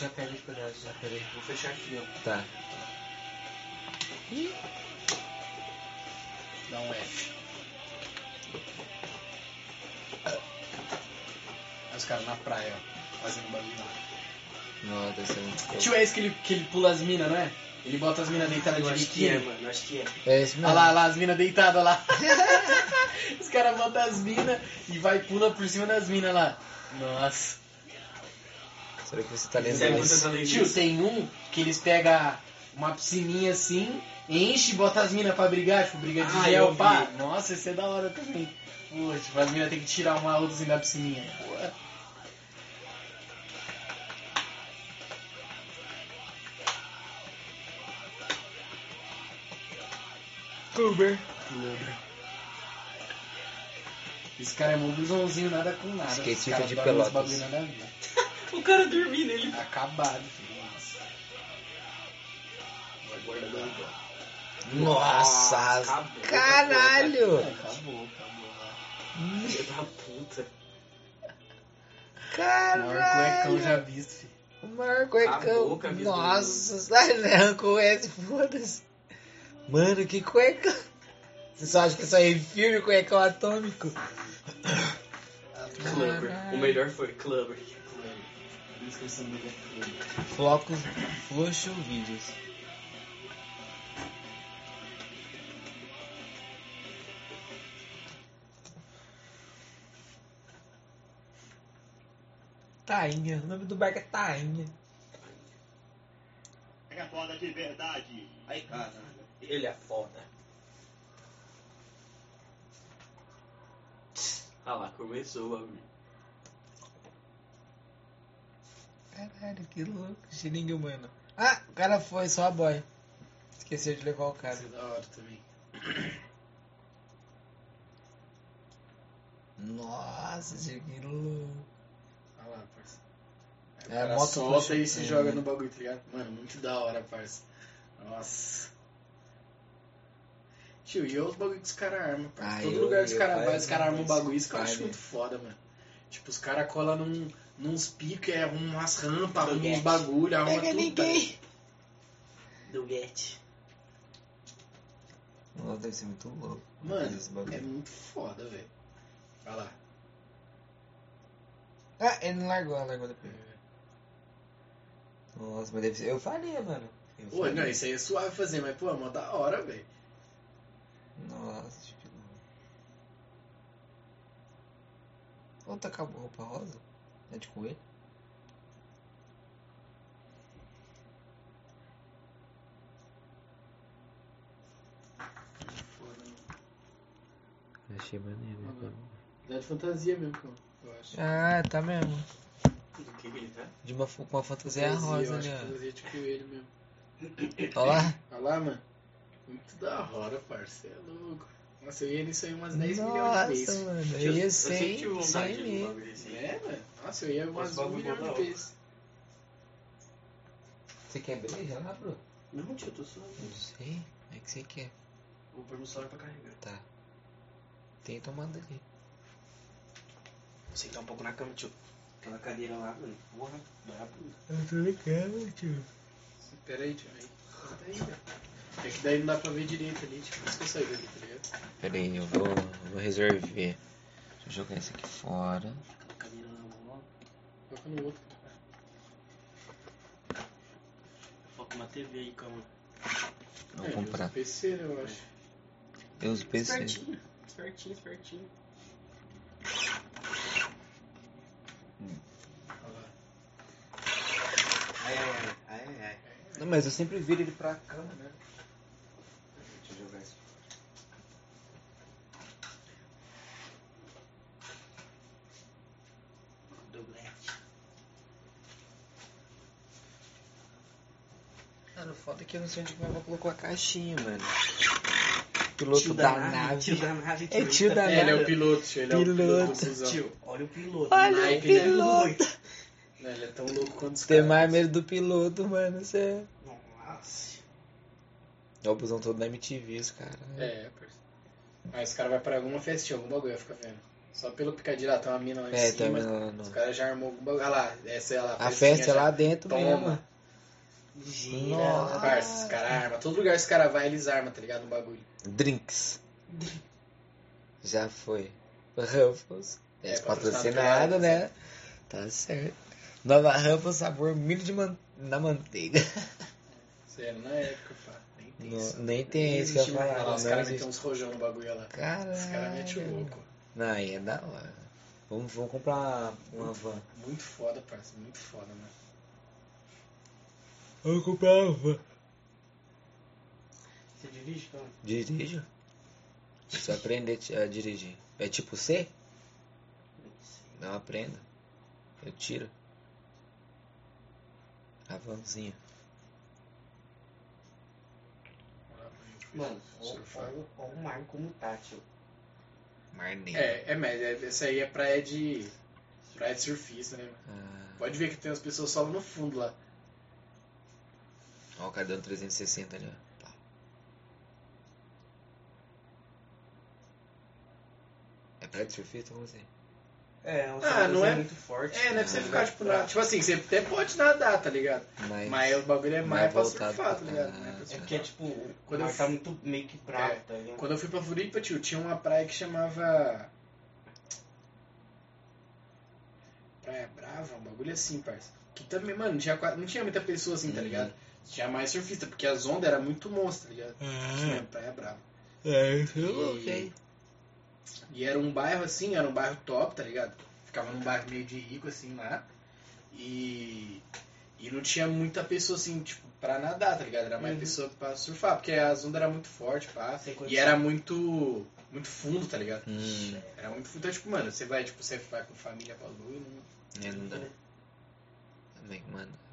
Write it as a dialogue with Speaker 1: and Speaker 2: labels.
Speaker 1: já pego os colheres, já peraí.
Speaker 2: Vou fechar aqui, ó.
Speaker 1: Tá.
Speaker 3: Dá um F. Aí os caras na praia, ó, fazendo barulho lá.
Speaker 1: Não, deve ser muito
Speaker 3: Tio,
Speaker 1: pouco.
Speaker 3: é esse que ele, que ele pula as minas, não é? Ele bota as minas deitadas de
Speaker 2: Eu acho que é,
Speaker 3: biquíni.
Speaker 2: mano. Acho que é.
Speaker 1: É esse mesmo.
Speaker 3: Olha lá, olha lá, as minas deitadas lá. Os caras botam as minas e vai pula por cima das minas lá. Nossa.
Speaker 1: Será que você tá lendo
Speaker 2: Sério que você
Speaker 1: isso?
Speaker 2: tá lendo
Speaker 3: Tio,
Speaker 2: isso?
Speaker 3: tem um que eles pegam uma piscininha assim, enche e bota as minas pra brigar, tipo, briga de
Speaker 2: Ah, eu
Speaker 3: gel,
Speaker 2: vi.
Speaker 3: pá. Nossa, isso é da hora também. Pô, tipo, as minas tem que tirar uma outra assim da piscininha. Pô.
Speaker 1: Uber.
Speaker 3: Esse cara é mó blusãozinho, nada com nada.
Speaker 1: Skatista
Speaker 3: Esse cara
Speaker 1: de
Speaker 3: adora uns
Speaker 1: Pelotas.
Speaker 3: bagulho nada a ver.
Speaker 2: O cara dormindo, ele.
Speaker 3: Tá acabado, filho. Nossa. Vai guardando agora.
Speaker 1: Nossa!
Speaker 2: acabou, tá
Speaker 1: caralho!
Speaker 3: É, Acabou, acabou.
Speaker 2: Filha da puta.
Speaker 3: O maior cuecão
Speaker 1: Caralho!
Speaker 3: já visto, filho.
Speaker 1: O maior
Speaker 2: Cala a
Speaker 1: cuecão.
Speaker 2: boca, Vitor.
Speaker 1: Nossa, sai branco esse, foda-se. Mano, que cuecão. Você só acha que isso aí é filme cuecão atômico?
Speaker 2: Clubber. O melhor foi Clubber.
Speaker 3: Não esqueci o nome dele.
Speaker 1: Flocos, fluxo, vídeos. Tainha, o nome do barco é Tainha.
Speaker 4: É foda de verdade.
Speaker 2: Ai, caralho. Ele é foda. Ah lá, começou o bagulho.
Speaker 1: Caralho, que louco, xiringue humano. Ah, o cara foi, só a boia. Esqueceu de levar o cara.
Speaker 3: Isso é da hora também.
Speaker 1: Nossa, tio, que louco.
Speaker 3: Olha lá, parça.
Speaker 1: É,
Speaker 3: É,
Speaker 1: moto
Speaker 3: moto solta
Speaker 1: puxa-
Speaker 3: e se
Speaker 1: é.
Speaker 3: joga no bagulho, tá ligado? Mano, muito da hora, parça. Nossa. Tio, e olha os bagulho que os caras armam, parça.
Speaker 1: Ah,
Speaker 3: Todo
Speaker 1: eu-
Speaker 3: lugar que os
Speaker 1: eu
Speaker 3: caras
Speaker 1: quase
Speaker 3: vai, os caras armam um
Speaker 1: não
Speaker 3: bagulho. Isso que eu
Speaker 1: espalho.
Speaker 3: acho muito foda, mano. Tipo, os caras colam num, nos picos, é, arrumam umas rampas, arrumam uns
Speaker 2: Foguete.
Speaker 3: bagulho, arruma
Speaker 1: Pega
Speaker 3: tudo. tá ligado?
Speaker 1: ninguém.
Speaker 2: Do Get.
Speaker 1: Nossa, deve ser muito louco.
Speaker 3: Mano,
Speaker 1: Esse bagulho.
Speaker 3: é muito foda, velho. Olha lá.
Speaker 1: Ah, ele não largou, largou depois. né? Nossa, mas deve ser. Eu faria, mano. Eu
Speaker 3: Pô, não,
Speaker 1: faria.
Speaker 3: isso aí é suave fazer, mas, pô, é mó da hora, velho.
Speaker 1: Nossa, tipo. Ou tá com a roupa rosa? É de coelho?
Speaker 3: Foda, mano.
Speaker 5: Achei maneiro.
Speaker 1: né?
Speaker 3: Agora. Dá é de fantasia mesmo, pô, eu acho.
Speaker 1: Ah, tá mesmo.
Speaker 2: Do que que ele tá?
Speaker 1: De uma, fu- com uma fantasia
Speaker 3: eu
Speaker 1: é rosa
Speaker 3: acho
Speaker 1: ali,
Speaker 3: que Fantasia de coelho mesmo.
Speaker 1: ó. Olha lá.
Speaker 3: Olha lá, mano. Muito da hora, parceiro. É louco. Nossa, eu ia nisso aí umas 10 milhões de
Speaker 1: Nossa,
Speaker 3: vezes.
Speaker 1: mano.
Speaker 2: Tio,
Speaker 1: Eu
Speaker 2: sempre
Speaker 1: sei,
Speaker 2: tive vontade
Speaker 1: sei
Speaker 2: de um
Speaker 1: mesmo.
Speaker 2: bagulho desse.
Speaker 3: É, mano. Nossa, eu ia umas
Speaker 2: Nossa,
Speaker 3: 1
Speaker 2: bagulho
Speaker 3: milhão
Speaker 2: mó da
Speaker 3: de
Speaker 2: hora.
Speaker 3: vezes.
Speaker 1: Você quer beijar lá, bro?
Speaker 2: Não, tio, eu tô só.
Speaker 1: Não sei. É que você quer.
Speaker 2: Vou pôr no celular pra carregar.
Speaker 1: Tá. Tem tomando ali.
Speaker 2: Vou sentar um pouco na cama, tio. Aquela cadeira lá, mano. Porra, brabo.
Speaker 1: Eu tô ligado, tio.
Speaker 3: Pera aí, tio. Aí. Conta aí, velho. É que daí não dá pra ver direito ali, tipo, por isso que eu saí dali, tá ligado?
Speaker 1: Pera aí, eu vou, eu vou resolver. Deixa eu jogar isso aqui fora.
Speaker 2: Aquela cadeira lá, ó.
Speaker 3: Toca no outro.
Speaker 2: Foca uma TV aí, calma.
Speaker 1: Vou
Speaker 3: É,
Speaker 1: comprar.
Speaker 3: usa PC, né, eu acho.
Speaker 1: Eu uso PC.
Speaker 2: Espertinho, espertinho, espertinho.
Speaker 3: Olha lá.
Speaker 2: Ai, ai, ai, ai, ai.
Speaker 1: Não, mas eu sempre viro ele pra cama, né?
Speaker 2: Deixa eu jogar isso. Doblete.
Speaker 1: Mano, foda é que eu não sei onde que minha avó colocou a caixinha, mano.
Speaker 2: Tio,
Speaker 1: Piloto da, nave.
Speaker 2: Tio da nave,
Speaker 1: É tio
Speaker 2: ele
Speaker 1: da
Speaker 3: É,
Speaker 1: nave.
Speaker 3: ele é o piloto, tio. Ele é o piloto.
Speaker 1: Piloto.
Speaker 3: do busão.
Speaker 2: Tio, olha o piloto.
Speaker 1: Olha
Speaker 2: Naipe,
Speaker 1: o
Speaker 2: né?
Speaker 1: piloto.
Speaker 3: Não, ele é tão louco quanto os
Speaker 1: Tem
Speaker 3: caras.
Speaker 1: mais medo do piloto, mano. Você
Speaker 2: Nossa.
Speaker 1: é. o busão todo da MTV, os cara.
Speaker 3: É, parceiro. Aí os caras vão pra alguma festinha, algum bagulho, vai ficar vendo. Só pelo picadilho lá, tem uma mina lá em
Speaker 1: É, tem
Speaker 3: cima.
Speaker 1: uma mina lá no-
Speaker 3: Os caras já armou algum bagulho. Olha lá, essa é lá.
Speaker 1: A festa é lá dentro
Speaker 3: Toma.
Speaker 1: mesmo.
Speaker 2: Gira.
Speaker 1: Nossa.
Speaker 3: Parça, os caras armam. Todo lugar que os caras vai, eles armam, tá ligado? Um bagulho.
Speaker 1: Drinks. Já foi. Ruffles. É,
Speaker 3: É, patrocinado
Speaker 1: patrocinado,
Speaker 3: pela
Speaker 1: né? Tá certo. Nova Ruffles, sabor milho de man... na manteiga.
Speaker 3: Sério, na é, época, pá. Nem tem
Speaker 1: Não-
Speaker 3: isso.
Speaker 1: nem tem isso que eu ia
Speaker 3: existe mais.
Speaker 1: falar,
Speaker 3: Olha lá, os
Speaker 1: não
Speaker 3: caras
Speaker 1: existe.
Speaker 3: metem uns rojão no bagulho olha lá.
Speaker 1: Caralho.
Speaker 3: Os caras metem o louco.
Speaker 1: Não, aí é da hora. Vamos, vamos comprar uma, uma van.
Speaker 3: Muito foda, parça. Muito foda, mano.
Speaker 1: Vamos comprar uma van.
Speaker 2: Você dirige, cara?
Speaker 1: Dirijo? Preciso aprender a dirigir. É tipo C? Não aprenda. Eu tiro. A vanzinha.
Speaker 2: Mano, olha
Speaker 3: Surfar.
Speaker 2: olha- olha o mar como tá, tio.
Speaker 1: Marneiro.
Speaker 3: É, é média. É- Essa aí é praia de. Praia de surfista, né? mano?
Speaker 1: Ah,
Speaker 3: Pode ver que tem as pessoas só no fundo lá.
Speaker 1: ó, o cara dando 360 ali, ó. Tá. Pá. É pra de surfista? Como assim?
Speaker 2: É, um
Speaker 3: Ah, não
Speaker 2: saborzinho
Speaker 3: é-
Speaker 2: muito forte.
Speaker 3: É, não é pra você
Speaker 1: Ah,
Speaker 3: ficar, tipo, na... Tipo assim, você até pode nadar, tá ligado?
Speaker 1: Mas,
Speaker 3: Mas o bagulho é
Speaker 1: mais
Speaker 3: mais pra
Speaker 1: voltado
Speaker 3: surfar, tá
Speaker 1: pra
Speaker 3: ligado?
Speaker 1: cá,
Speaker 3: Não é
Speaker 1: né?
Speaker 3: pra
Speaker 2: É
Speaker 3: surfar.
Speaker 2: porque é tipo,
Speaker 3: Quando
Speaker 2: quando
Speaker 3: eu
Speaker 2: o mar tá
Speaker 3: fui-
Speaker 2: muito meio que bravo, tá ligado?
Speaker 3: Quando eu fui pra Floripa, tio, tinha uma praia que chamava. Praia Brava, um bagulho assim, parça. Que também, mano, não tinha, qua- não tinha muita pessoa assim, tá
Speaker 1: Uhum.
Speaker 3: ligado? Tinha mais surfista, porque as ondas eram muito monstras, tá ligado?
Speaker 2: Uhum.
Speaker 3: Tinha Praia Brava.
Speaker 1: É,
Speaker 3: ok. E era um bairro assim, era um bairro top, tá ligado? Ficava num bairro meio de rico, assim, lá. E. E não tinha muita pessoa assim, tipo, pra nadar, tá ligado? Era mais
Speaker 2: Uhum.
Speaker 3: pessoa pra surfar, porque as ondas eram muito fortes, pá.
Speaker 2: Sem
Speaker 3: E
Speaker 2: condição. Uhum.
Speaker 3: era muito. Muito fundo, tá ligado?
Speaker 1: Hum,
Speaker 3: Era muito fundo. Então, tipo, né?
Speaker 1: uh,
Speaker 3: mano, você vai, tipo, você vai com família pra lua e não.
Speaker 1: é, não dá. Também, mano.